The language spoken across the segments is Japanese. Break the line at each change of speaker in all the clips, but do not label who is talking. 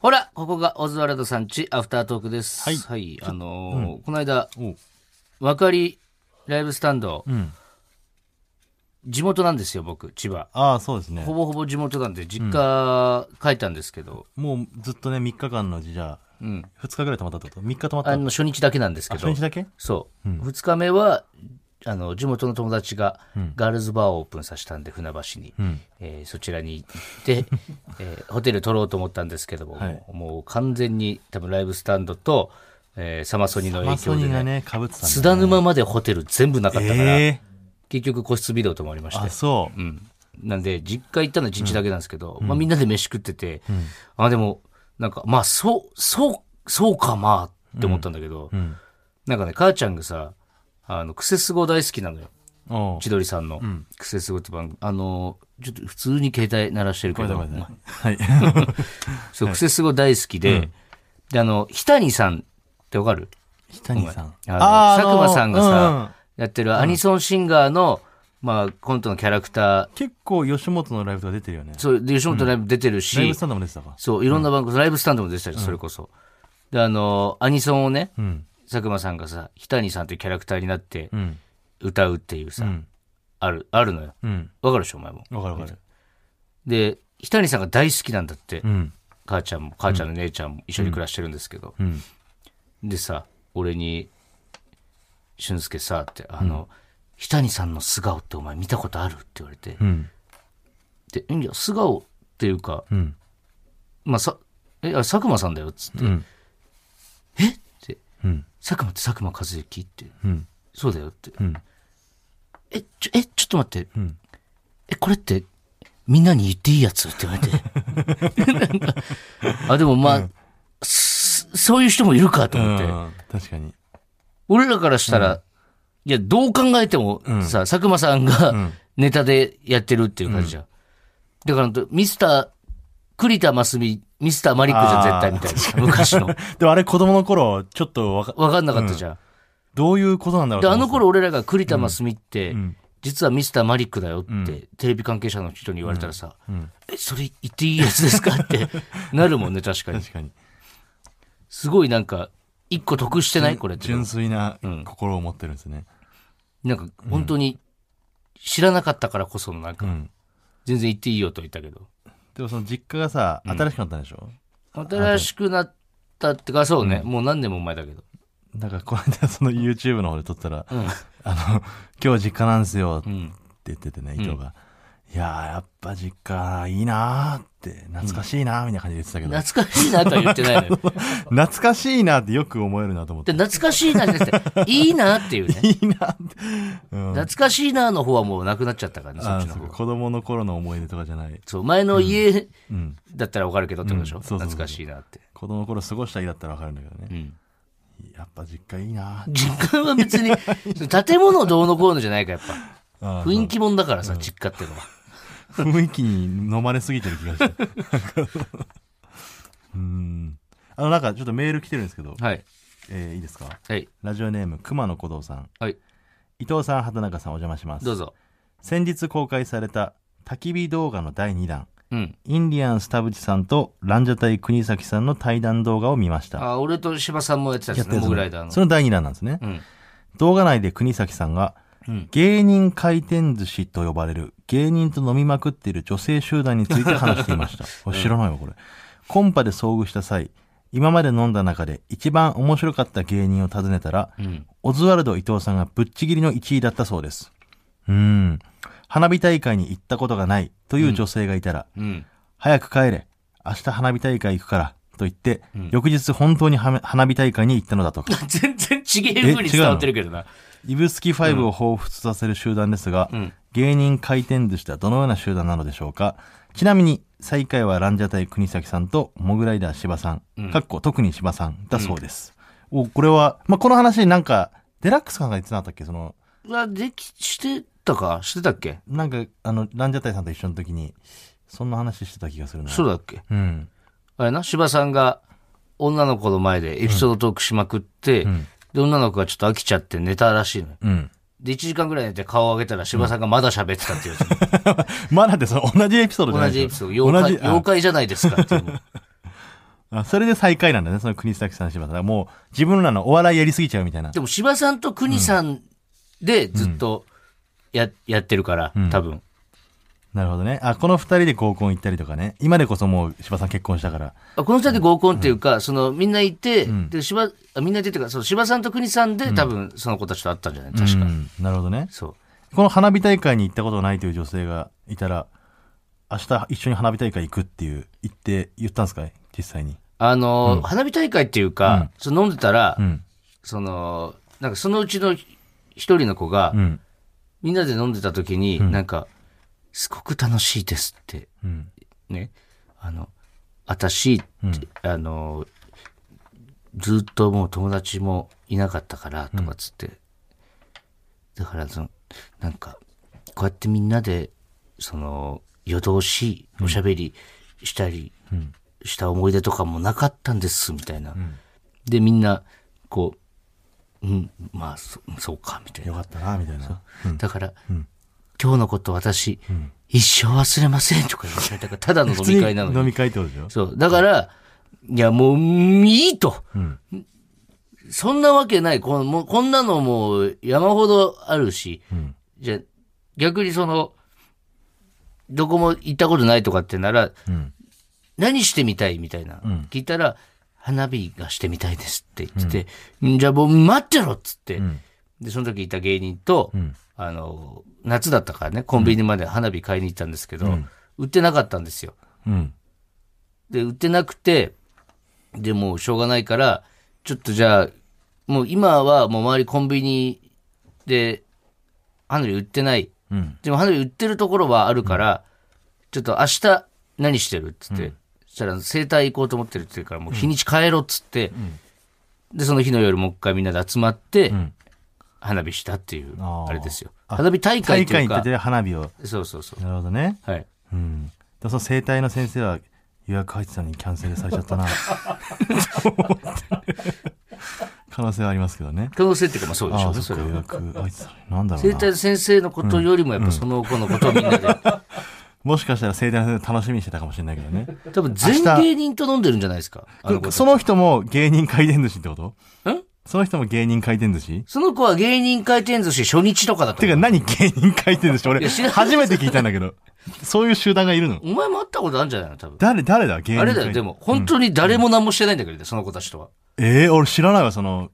ほら、ここがオズワルドさんち、アフタートークです。
はい
あのーこの間、わかりライブスタンド、
ん
地元なんですよ、僕、千葉。
ああ、そうですね
ほ。ぼほぼ地元なんで、実家帰ったんですけど、
もうずっとね、3日間のうちじゃあ、
ん
2日ぐらい泊まったってこと ?3 日泊まっ
あ
たの
の、初日だけなんですけど
初、日だけ
そう。二、日目は、あの、地元の友達が、ガールズバーをオープンさせたんで、船橋に。えーそちらに行って、 えーホテル取ろうと思ったんですけども、
はい
もう完全に多分ライブスタンドと、えーサマソニの
マ
影
ソ
響
ニ
で
ーが
ね、
ね、かぶってたんだ
津田沼までホテル全部なかったから、
え
結局個室ビデオともありまし
ー、
た
あ、そう。
うん。なんで、実家行ったのは1日だけなんですけど、まあみんなで飯食ってて、あ、でも、なんか、まあ、そう、そう、そうか、まあ、って思ったんだけど、
ん
なんかね、母ちゃんがさ、あの、クセスゴ大好きなのよ。
おう
千鳥さんの、クセスゴって番組。あの、ちょっと普通に携帯鳴らしてるけ
ごめんな
ど、
さいごめん
ま
な
あ
さい。 はい。
そう、クセスゴ大好きで、で、あの、ひたにさんってわかる
ひたにさん。
あの佐久間さんがさ、やってるアニソンシンガーの、まあ、コントのキャラクター、
うん結構吉本のライブとか出てるよね。
そう、で吉本ライブ出てるし、
ライブスタンドも出てたか。
そう、いろんな番組、ライブスタンドも出てたり、それこそ。で、あの、アニソンをね、
うん。
佐久間さんがさ、ひたにさんというキャラクターになって
うん。
歌うっていうさ、
ん
ある、あるのよ。
うん。
わかるでしょ、お前も。
わかるわかる。
で、ひたにさんが大好きなんだって、
うん。
母ちゃんも、母ちゃんの姉ちゃんも一緒に暮らしてるんですけど。
うん。
でさ、俺に、俊介さ、って、あの、ひたにさんの素顔ってお前見たことあるって言われて
う、ん。
で、いや、素顔っていうか、
うん。
まあ、さ、え、あれ佐久間さんだよ、つって。
うん。
えって、
うん。
佐久間って佐久間一行って。
うん。
そうだよって。
うん
え、ちょ、え、ちょっと待って。
ん
え、これって、みんなに言っていいやつって言われて。 あ、でもまあ、そそういう人もいるかと思って。
うん確かに。
俺らからしたら、いや、どう考えてもさ、佐久間さんがネタでやってるっていう感じじゃん。だからほんと、ミスター、栗田真澄、ミスターマリックじゃん、絶対みたいな。昔の。
でもあれ子供の頃、ちょっとわか、
わかんなかったじゃん。
どういうことなんだろう
で、
と
あ
思
の
って
頃俺らが栗田真澄って、
ん
実はミスターマリックだよって、テレビ関係者の人に言われたらさ、え、それ言っていいやつですか ってなるもんね、確かに。
確かに。
すごいなんか、一個得してないこれって。
純粋な心を持ってるんですね。
なんか、本当に、知らなかったからこそのなんか、
ん
全然言っていいよと言ったけど。
でもその実家がさ、新しくなったんでしょ、
新しくなったってか、そうね、もう何年も前だけど。
なんかこの間その YouTube の方で撮ったら、あの、今日実家なんですよって言っててね、伊藤が。いやー、やっぱ実家いいなーって、懐かしいなーみたいな感じで言ってたけど、
懐かしいなとは言ってない のよ。
懐かしいなーってよく思えるなと思って。
で、懐かしいなじゃなくて、いいなっていうね。
いいなーって。
懐かしいなの方はもうなくなっちゃったからね、そ
あ
っ
ー
ちの
そ
方
うか子供の頃の思い出とかじゃない。
そう、前の家
ん
だったらわかるけどってことでしょ、
うんそうそうそう
懐かしいなって。
子供の頃過ごした日だったらわかるんだけどね。
ん
やっぱ実家いいなー
実家は別 に、建物どうのこうのじゃないか、やっぱ。
あ
雰囲気もんだからさ、実家ってのは。
雰囲気に飲まれすぎてる気がして。なんか うん。あの、なんかちょっとメール来てるんですけど、
はい。
えーいいですか
はい。
ラジオネーム、熊野古道さん。
はい。
伊藤さん、畑中さん、お邪魔します。
どうぞ。
先日公開された焚き火動画の第2弾、
うん。
インディアンス田淵さんとランジャタイ国崎さんの対談動画を見ました。
あ、俺と柴さんもやってたやつ
やって
ね、
る
モグライダーの。
その第2弾なんですね。
うん。
動画内で国崎さんが、
うん。
芸人回転寿司と呼ばれる芸人と飲みまくっている女性集団について話していました。お知らないわ、これ。コンパで遭遇した際、今まで飲んだ中で一番面白かった芸人を訪ねたら、
うん。
オズワルド伊藤さんがぶっちぎりの1位だったそうです。うーん。花火大会に行ったことがないという女性がいたら、
うん。
早く帰れ。明日花火大会行くから。と言って、翌日本当には花火大会に行ったのだとか。
全然ちげえ風に伝わってるけどな。
イブスキ5を彷彿とさせる集団ですが、
ん
芸人回転寿司とはどのような集団なのでしょうかちなみに最下位はランジャタイ国崎さんとモグライダー芝さん、かっこ特に芝さんだそうです、おこれは、まあ、この話なんかデラックスさんが言ってなかったっけその
あ、でき、してたかしてたっけ
なんかあのランジャタイさんと一緒の時にそんな話してた気がするな
そうだっけ
うん
あれな、柴さんが女の子の前でエピソードトークしまくって、で、女の子がちょっと飽きちゃって寝たらしいのよ。
うん
で、1時間ぐらい寝て顔を上げたら柴さんがまだ喋ってたっていう、
まだってその同じエピソードじゃな
同
い
じエ
で
ピ
し
ソ
ょ
ード、妖怪
同じあ
妖怪じゃないですかっていう。
あそれで最下位なんだね、その国崎さん、柴田さん。もう自分らのお笑いやりすぎちゃうみたいな。
でも芝さんと国さんでずっとや,、やってるから、多分。
なるほどね。あ、この二人で合コン行ったりとかね。今でこそもう柴さん結婚したから。
あこの二人で合コンっていうか、そのみんないて、で芝あみんないてっていうか、その芝さんと国さんで多分その子たちと会ったんじゃない確か、
うん、なるほどね。
そう。
この花火大会に行ったことないという女性がいたら、明日一緒に花火大会行くっていう、言って、言ったんですか実際に。
あのー、花火大会っていうか、その飲んでたら、
うん。
その、なんかそのうちの一人の子が、
うん。
みんなで飲んでた時に、なんか、すごく楽しいですって、
うん。
ね。あの、私って、あのー、ずっともう友達もいなかったから、とかつって。だから、その、なんか、こうやってみんなで、その、夜通し、おしゃべりしたり、した思い出とかもなかったんです、みたいな。で、みんな、こう、うん、まあ、そそうか、みたいな
よ。かったな、みたいな。
だから、今日のこと私、一生忘れませんとか言われたから、ただの飲み会なの
普通に
に。
飲み会ってことでしょ
そう。だから、いや、もう、いいと。
ん
そんなわけない。このもうこんなのもう山ほどあるし、じゃあ逆にその、どこも行ったことないとかってなら、
うん。
何してみたいみたいな、聞いたら、花火がしてみたいですって言ってて、んじゃあもう待ってろっつって、で、その時いた芸人と、あの、夏だったからね、コンビニまで花火買いに行ったんですけど、売ってなかったんですよ。
うん。
で、売ってなくて、でもうしょうがないから、ちょっとじゃあ、もう今はもう周りコンビニで花火売ってない。
うん。
でも花火売ってるところはあるから、ちょっと明日何してるっつって、そしたら整体行こうと思ってるって言うから、もう日にち変えろっつって、で、その日の夜もう一回みんなで集まって、
ん
花火したっていう、
あー
あれですよ。
あ
花火大会
大
ってい
会
う
に行っ
か
て、て花火を。
そうそうそう。
なるほどね。
はい。
うん。でもその生体の先生は予約入ってたのにキャンセルされちゃった な。 可能性はありますけどね。
可能性っていうか、まあそうでし
あ
ょう
あ、
ね、そ
そっ
れ
か、
は
予。約入ってたのに。なんだろう
生
な。
体先生のことよりもやっぱその子のことをみんなで、
もしかしたら生体の先生楽しみにしてたかもしれないけどね。
多分全芸人と飲んでるんじゃないですか。あの子
その人も芸人回転寿司ってこと
ん
その人も芸人回転寿司
その子は芸人回転寿司初日とかだった
てか何芸人回転寿司
い
俺
や知らない
初めて聞いたんだけど。そういう集団がいるの
お前も会ったことあるんじゃないの多分。
誰、誰だ芸人
あ
回
れ
転
だよ、でも、本当に誰も何もしてないんだけどね、その子たちとは。
ええ俺知らないわ、その、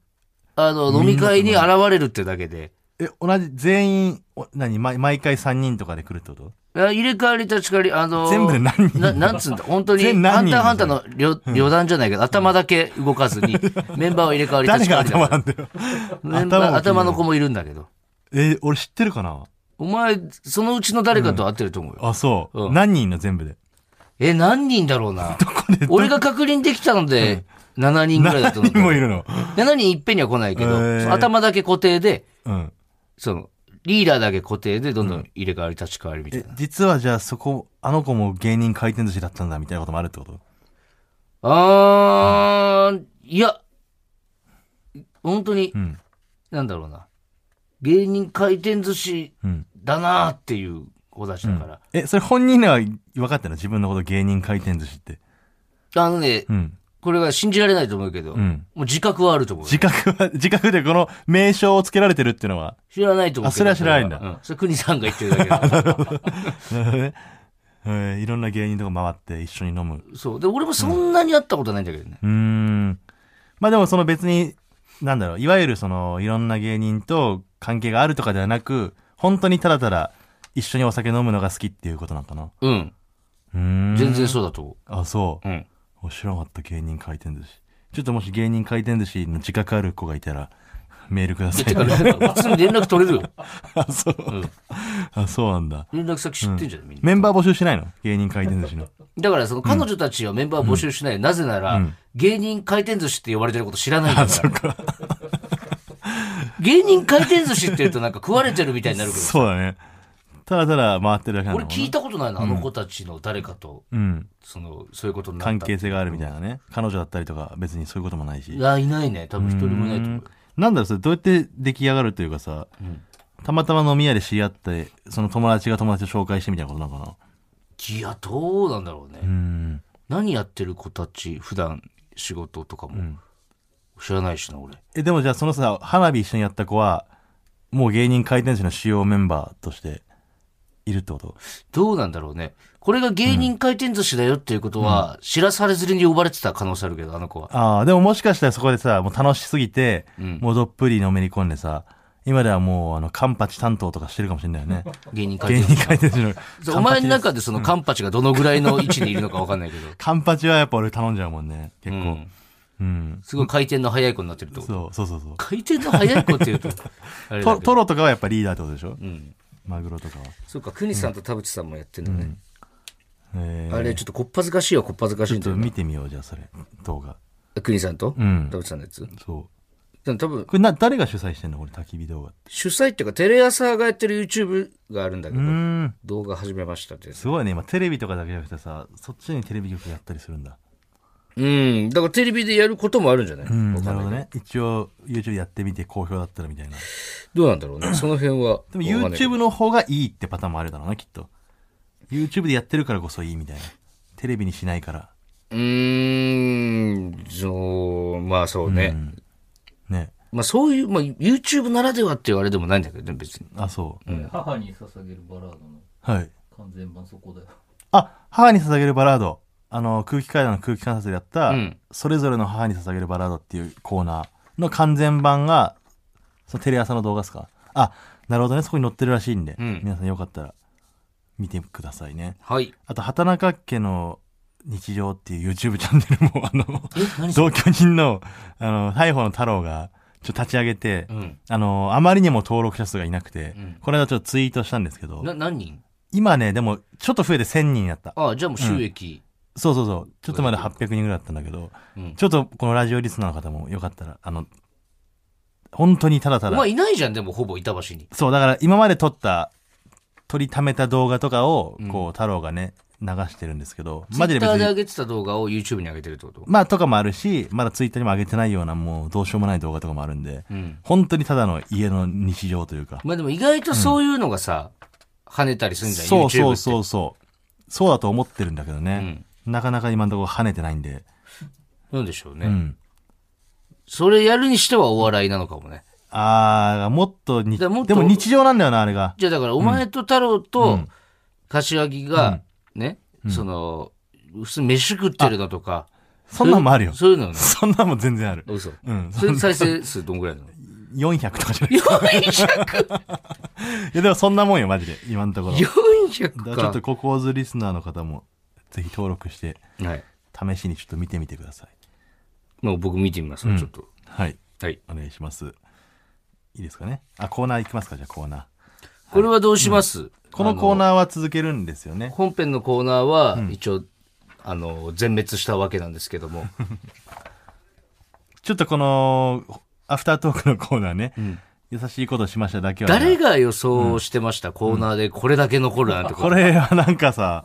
あの、飲み会に現れるってだけで。
え、同じ、全員、お何、毎毎回3人とかで来るってこと
あ入れ替わり立ち替わり、あのー
全部で何人
ななんつうんだ、本当に、ハ
全何
ン
人
ターハンターのりょ旅団じゃないけど、頭だけ動かず に、メンバーを入れ替わり立
誰
ち替
が
わりだか
頭なんだよ。
ら。メンバー、
頭
頭の子もいるんだけど。
えー俺知ってるかな
お前、そのうちの誰かと会ってると思うよ。
あ、そう。
うん
何人いんの全部で。
え、何人だろう な。俺が確認できたので、7人ぐらいだと思
何
う。
人もいるの。
7人いっぺんには来ないけど、
へー
その頭だけ固定で、
うん。
その、リーダーだけ固定で、どんどん入れ替わり立ち替わりみたい
え
な。、
実はじゃあそこ、あの子も芸人回転寿司だったんだみたいなこともあるってこと
あー、いや、本当に、
ん
なんだろうな。芸人回転寿司
うん。
だなーっていう子たちだから。
え、それ本人らは分かってんの自分のこと芸人回転寿司って。
あのね、
うん。
これは信じられないと思うけど、
ん
もう自覚はあると思う。
自覚は、 自覚でこの名称をつけられてるっていうのは。
知らないと思うけど。
あそれは知らないんだ
うそれ国さんが言ってるだけだから。
なるほどね。えーいろんな芸人とか回って一緒に飲む。
そう。で、俺もそんなに会ったことないんだけどね。
うーん。まあでもその別に、なんだろう、いわゆるその、いろんな芸人と関係があるとかではなく、本当にただただ一緒にお酒飲むのが好きっていうことなのかな。
うん。
うーん。
全然そうだと思
あ、そう
う。。うん。
お知らなかった芸人回転寿司。ちょっともし芸人回転寿司の自覚ある子がいたら、 メールくださ
てか、
い。
なんか普通に連絡取れるよ。
あ、 そう。
ん
あ、そうなんだ。
連絡先知ってんじゃない、みんな。
メンバー募集しないの芸人回転 寿司の。
だから、その彼女たちはメンバーを募集しない。なぜなら、芸人回転寿司って呼ばれてること知らないから。 芸人回転寿司って言うとなんか食われてるみたい になるけど、
そうだね。ただただ回ってるだけなんだ
俺
もんな
聞いたことないの、あの子たちの誰かと、
うん。
その、そういうことになった。
関係性があるみたいなね。彼女だったりとか、別にそういうこともないし。
いや、いないね。多分一人もいないと思う。
なんだろう、それどうやって出来上がるというかさ、たまたま飲み屋で知り合って、その友達が友達を紹介してみたいなことなのかな。
いや、どうなんだろうね。
うん。
何やってる子たち、普段仕事とかも知らないしな、俺。
え、でもじゃあそのさ、花火一緒にやった子は、もう芸人回転寿司の主要メンバーとしているってこと
どうなんだろうね。これが芸人回転寿司だよっていうことは、知らされずに呼ばれてた可能性あるけど、あの子は。
ああ、でももしかしたらそこでさ、もう楽しすぎて、
うん
もうどっぷりのめり込んでさ、今ではもうあの、カンパチ担当とかしてるかもしれない よね。
芸人回
芸
転寿
人
司。
回転寿司の。
そうお前の中でそのカンパチがどのぐらいの位置にいるのかわかんないけど。
カンパチはやっぱ俺頼んじゃうもんね。結構。うん。
すごい回転の速い子になってるってこと。
そうそうそうそう。
回転の速い子っていうと、あれだ
ト
けど
トロとかはやっぱリーダーってことでしょ、
うん。
マグロとかは。
そうか、国さんと田淵さんもやってんだね。
えー
あれ、ちょっとこっぱずかしいわ、こっぱずかしいん
ち
だ
ょっ
よ
と見てみよう、じゃあそれ。動画。
な。国さんと
うん
田淵さんのやつ。
そう。
でも多分、
これな、誰が主催してんのこれ焚き火動画って。
主催っていうか、テレ朝がやってる YouTube があるんだけど
う、ーん。
動画始めましたってやつ
すごいね。今テレビとかだけじゃなくてさ、そっちにテレビ局やったりするんだ。
うん。だからテレビでやることもあるんじゃない
うん。
わか
なんる
ない
ほどね。一応、YouTube やってみて好評だったらみたいな。
どうなんだろうね。その辺は。
でも
わかんないけど
YouTube の方がいいってパターンもあるだろうな、きっと。YouTube でやってるからこそいいみたいな。テレビにしないから。
うーん、そう、まあそうね。
ね。
まあそういう、まあ YouTube ならではって言われでもないんだけどね、別に。
あ、そう。
母に捧げるバラードの
はい。
完全版そこだよ。
あ、母に捧げるバラード。あの、空気階段の空気観察でやった、
うん
それぞれの母に捧げるバラードっていうコーナーの完全版が、そのテレ朝の動画ですかあ、なるほどね。そこに載ってるらしいんで、
うん
皆さんよかったら見てくださいね。
はい。
あと、畑中家の日常っていう YouTube チャンネルも、 あの、
え、何
同居人の、あの、逮捕の太郎が、ちょっと立ち上げて、
うん。
あの、あまりにも登録者数がいなくて、
うん
これはちょっとツイートしたんですけど、
な、何人
今ね、でも、ちょっと増えて1000人やった。
ああ、じゃあもう収益。
そうそうそう。ちょっとまで800人ぐらいだったんだけど、
うん
ちょっとこのラジオリスナーの方もよかったら、あの、本当にただた
お
だ、
前いないじゃん、でもほぼ板橋に。
そう、だから今まで撮った、撮りためた動画とかを、こう、太郎がね、流してるんですけど、マジで別
Twitter で上
に、
げてた動画を YouTube に上げてるってこと
まあとかもあるし、まだツイッターにも上げてないような、もうどうしようもない動画とかもあるんで、
うん。
本当にただの家の日常というか。
まあでも意外とそういうのがさ、跳ねたりするんじゃん、
そう
YouTube って。
そうそうそう。そうだと思ってるんだけどね。なかなか今のところ跳ねてないんで。
なんでしょうね。
うん。
それやるにしてはお笑いなのかもね。
あー、もっとに、
だからもっと
でも日常なんだよな、あれが。
じゃあだから、お前と太郎と、柏木が、ね、その、普通に飯食ってるのとか。
そんなんもあるよ。
そういうのね。
そんなんも全然ある。
嘘。
うん。
それ再生数どんぐら いなの
400とかじゃない。い
?400!400
や、でもそんなもんよ、マジで。今のところ。だからちょっ
か
と、ココーズリスナーの方も、ぜひ登録して、
はい。
試しにちょっと見てみてください。
まあ僕見てみます、ちょっと。
はい。
はい。
お願いします。いいですかね。あ、コーナー行きますか、じゃあコーナ
これはどうします
ー。このコー
ー。
ナーは続けるんですよね。
本編のコーナーは、一応、あの、全滅したわけなんですけども。
ちょっとこの、アフタートークのコーナーね、優しいことしましただけは。
誰が予想してましたコーナーでこれだけ残るなんて
これはなんかさ、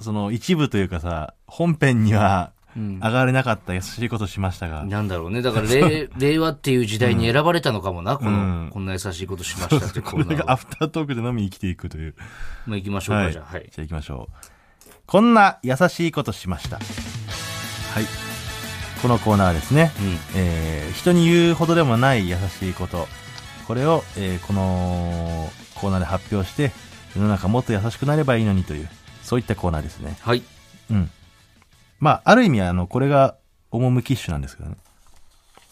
その一部というかさ、本編には上がれなかった優しいことしましたが、
なんだろうね。だから 令、令和っていう時代に選ばれたのかもな、この、
うん
こんな優しいことしましたっていうコ
こ
ー
れ
ナー
がア
は。
フタートークでのみ生きていくという。
まあ、行きましょうか、
はい
じゃあ。はい。
じゃあ行きましょう。こんな優しいことしました。はい。このコーナーはですね、
うん。
えー人に言うほどでもない優しいこと。これを、えーこのコーナーで発表して、世の中もっと優しくなればいいのにという、そういったコーナーですね。
はい。
うん。まあ、ある意味、あの、これが、趣っシュなんですけどね。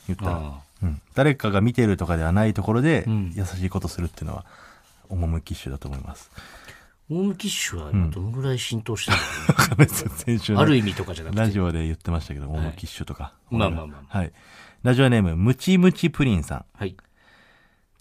言ったら。
あ
うん。誰かが見てるとかではないところで
うん、
優しいことするっていうのは、趣っシュだと思います。
ームキッシュは今どのぐらい浸透してるの、
先週の
ある意味とかじゃな
ラ
くて。
ジオで言ってましたけど、趣っシュとか。
まあまあまあま
はい。ラジオネーム、ムチムチプリンさん。
はい。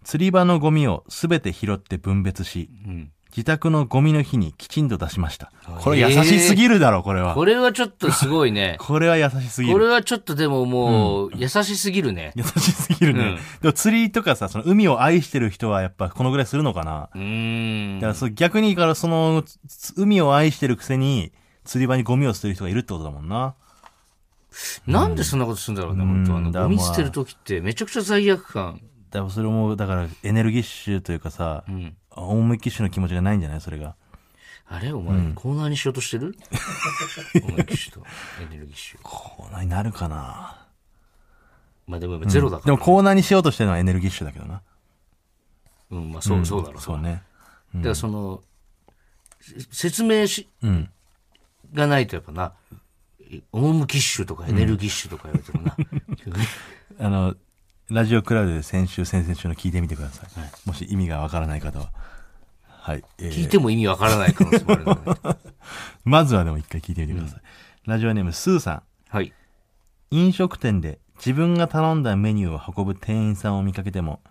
釣り場のゴミをすべて拾って分別し、
うん。
自宅のゴミの日にきちんと出しました。
あ
これ優しすぎるだろ、これは。
これはちょっとすごいね。
これは優しすぎ
これ
る。
はちょっとでももう、優しすぎるね。
優しすぎるね。
うん
でも釣りとかさ、その海を愛してる人はやっぱこのぐらいするのかな。
うーん。
だからそう逆にからそのつ海を愛してるくせに釣り場にゴミを捨てる人がいるってことだもんな。
なんでそんなことするんだろうね、
うん
本当あ
う
の、
んだか
ゴ
ら
ミ捨てるときってめちゃくちゃ罪悪感。
だからそれもだからエネルギッシュというかさ、
うん。
思いっきりの気持ちがないんじゃないそれが。
あれお前、コーナーにしようとして るお前、機種とエネルギッシュ。
コーナーになるかな
まあでも今ゼロだか
で
ら。
もコーナーにしようとしてるのはエネルギッシュだけどな。
うん、まあそう、そうだろう。
そうね。
だからその、せ説明し、
うん。
がないとやっぱな、オウムキッシュとかエネルギッシュとか言われても な、
あの、ラジオクラウドで先週、先々週の聞いてみてください。もし意味がわからない方は。はい。えー
聞いても意味わからない可能性もあるので、ね。
まずはでも一回聞いてみてください。ラジオネーム、スーさん。
はい。
飲食店で自分が頼んだメニューを運ぶ店員さんを見かけても、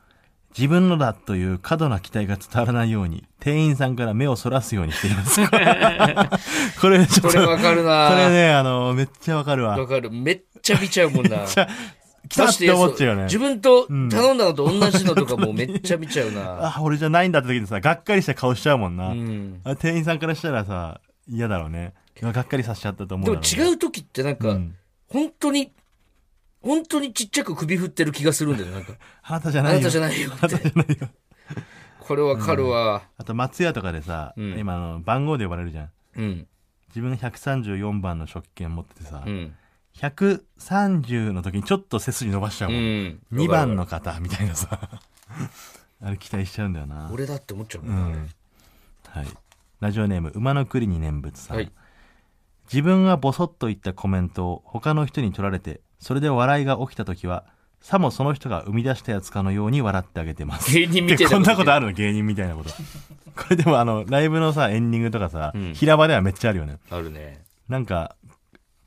自分のだという過度な期待が伝わらないように、店員さんから目をそらすようにしています。 これちょっと、これ
かる
ね、あの、めっちゃわかるわ。
かる。めっちゃ見ちゃうもん な。
来たって思っちゃうよね。
自分と頼んだのと同じのとかもうめっちゃ見ちゃうな。
あ、俺じゃないんだって時にさ、がっかりした顔しちゃうもんな。
うん。
あ店員さんからしたらさ、嫌だろうね。うわがっかりさせちゃったと思う
でも
だろうね、
違う時ってなんか、
ん
本当に、本当にちっちゃく首振ってる気がするんだよね。なんか、
あなたじゃ
あ
ないよ。
なたじゃないよって。これわかるわ。
あと、松屋とかでさ、
うん
今あの、番号で呼ばれるじゃん。
うん。
自分が134番の食券持っててさ、
うん。
130の時にちょっと背筋伸ばしちゃう
う
もん。
ん。
2番の方、みたいなさ。 あれ期待しちゃうんだよな。
俺だって思っちゃう
う
もん
んはい。ラジオネーム、馬の栗に念仏さん。
はい
自分がボソッと言ったコメントを他の人に取られて、それで笑いが起きた時は、さもその人が生み出したやつかのように笑ってあげ てます。
芸人みたいなこと
でこんなことあるの芸人みたいなこと。これでもあの、ライブのさ、エンディングとかさ、
うん
平場ではめっちゃあるよね。
あるね。
なんか、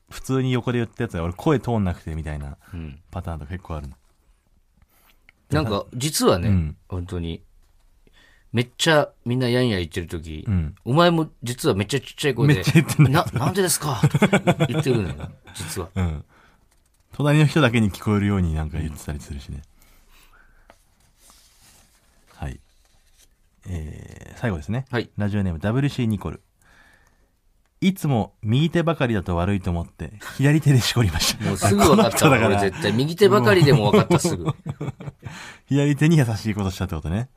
普通に横で言ったやつは俺声通んなくてみたいな
うん。
パターンとか結構あるの。
なんか、実はね、
うん
本当に、めっちゃみんなやんや言ってる時、
うん。
お前も実はめっちゃちっちゃい声で、
めっちゃ言ってん
な、なんでですか とか言ってるのよ、実は。
うん。隣の人だけに聞こえるようになんか言ってたりするしね。はい。えー、最後ですね。
はい
ラジオネーム WC ニコル。いつも右手ばかりだと悪いと思って、左手でしこりました。
もうすぐ分かった
この人だ
わ、
か
俺
ら、
絶対。右手ばかりでも分かった、すぐ。
左手に優しいことしたってことね。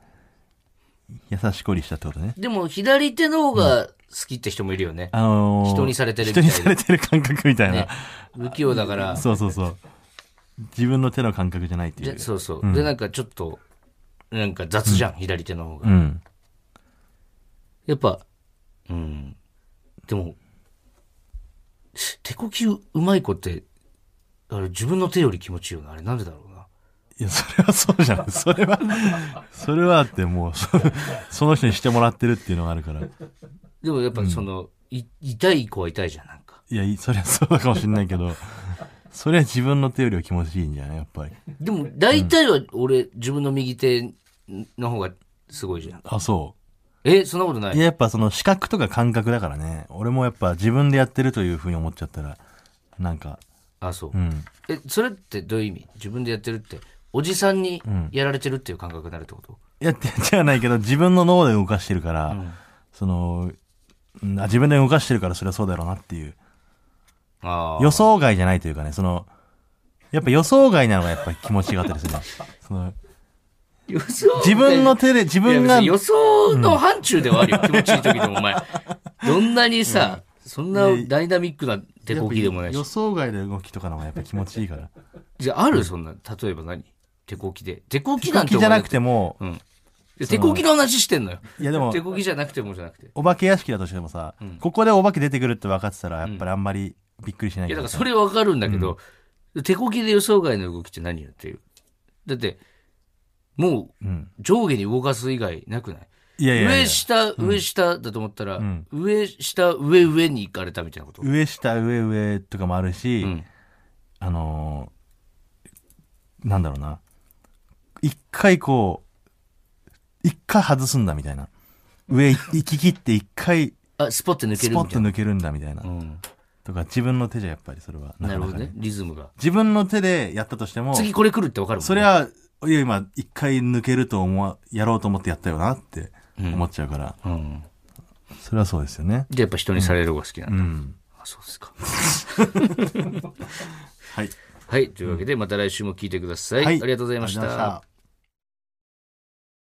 優しこりしたってことね。
でも、左手の方が好きって人もいるよね。
あのー、
人にされてるみ
人
たい
に
な
されてる感覚みたいな。
ね不器用だから、
そうそうそう。自分の手の感覚じゃないっていう
で。そうそう、で、なんかちょっと、なんか雑じゃん、左手の方
う
が。
ん。
やっぱ、うん。でも、手こきうまい子って、あれ自分の手より気持ちいいよな。あれなんでだろうな。
いや、それはそうじゃ ん。それは、それはだってもう、そその人にしてもらってるっていうのがあるから。い
でもやっぱその、い痛い子は痛いじゃん、なんか。
や、いそりゃそうかもしんないけど、それは自分の手よりは気持ちいいんじゃないやっぱり。
でも大体は俺、自分の右手の方がすごいじゃん。
あ、そ
え、そんなことな
う。
い
いや、やっぱその視覚とか感覚だからね。俺もやっぱ自分でやってるというふうに思っちゃったら、なんか、
あ、そう、
うん。
え、それってどういう意味自分でやってるって、おじさんにやられてるっていう感覚になるってこと、
いや、ってじゃないけど、自分の脳で動かしてるから、その、うんあ自分で動かしてるからそれはそうだろうなっていう。
ああ。
予想外じゃないというかね、その、やっぱ予想外なのがやっぱ気持ちがあったりする ね。その
予想
自分の手で、自分
いや別
が
に、予想の範疇ではあるよ、気持ちいい時でもお 前。どんなにさ、そんなダイナミックな手こきでもない
予
し。
想外で動きとかの方がやっぱ気持ちい いから。
じゃあ、あるそんな、例えば何手こきで。手こきなん
動
て
き
お
じゃ
前
なくても、
うん。いや手こきの話してんのよ。
いやでも
手、こきじゃなくてもじゃなくて。い
お化け屋敷だとしてもさ、ここでお化け出てくるって分かってたら、やっぱりあんまりびっくりしな
や、
いけ
だか
ど
ら
さ
それわかるんだけど、手こきで予想外の動きって何よっていう。だって、もう
うん。
上下に動かす以外なくない
いやいやい
上
や
下、上下だと思ったら、
ん
上下、上上に行かれたみたいなこと。
上下上上とかもあるし、
うん。
あのーなんだろうな。一回こう、一回外すんだみたいな。 上行き切って一回
あ、スポッて抜け
ス
るみ
ポ
た
ッと
いな。
抜けるんだみたいな
う。ん。
とか、自分の手じゃやっぱりそれは
な
なか
る
な
ほ
か
ど
ね
ね。。リズムが。
自分の手でやったとしても、
次これ来るってわかるもん、ね。
それ、はいや今一回抜けると思わ、やろうと思ってやったよなって思っちゃうから、
うん。
それはそうですよね。
で、やっぱ人にされる方が好きなんだ。
うん。
あ、そうです か。
はい。
はい。というわけで、また来週も聞いてください。ありがとうございまし
ありがとうござい
た。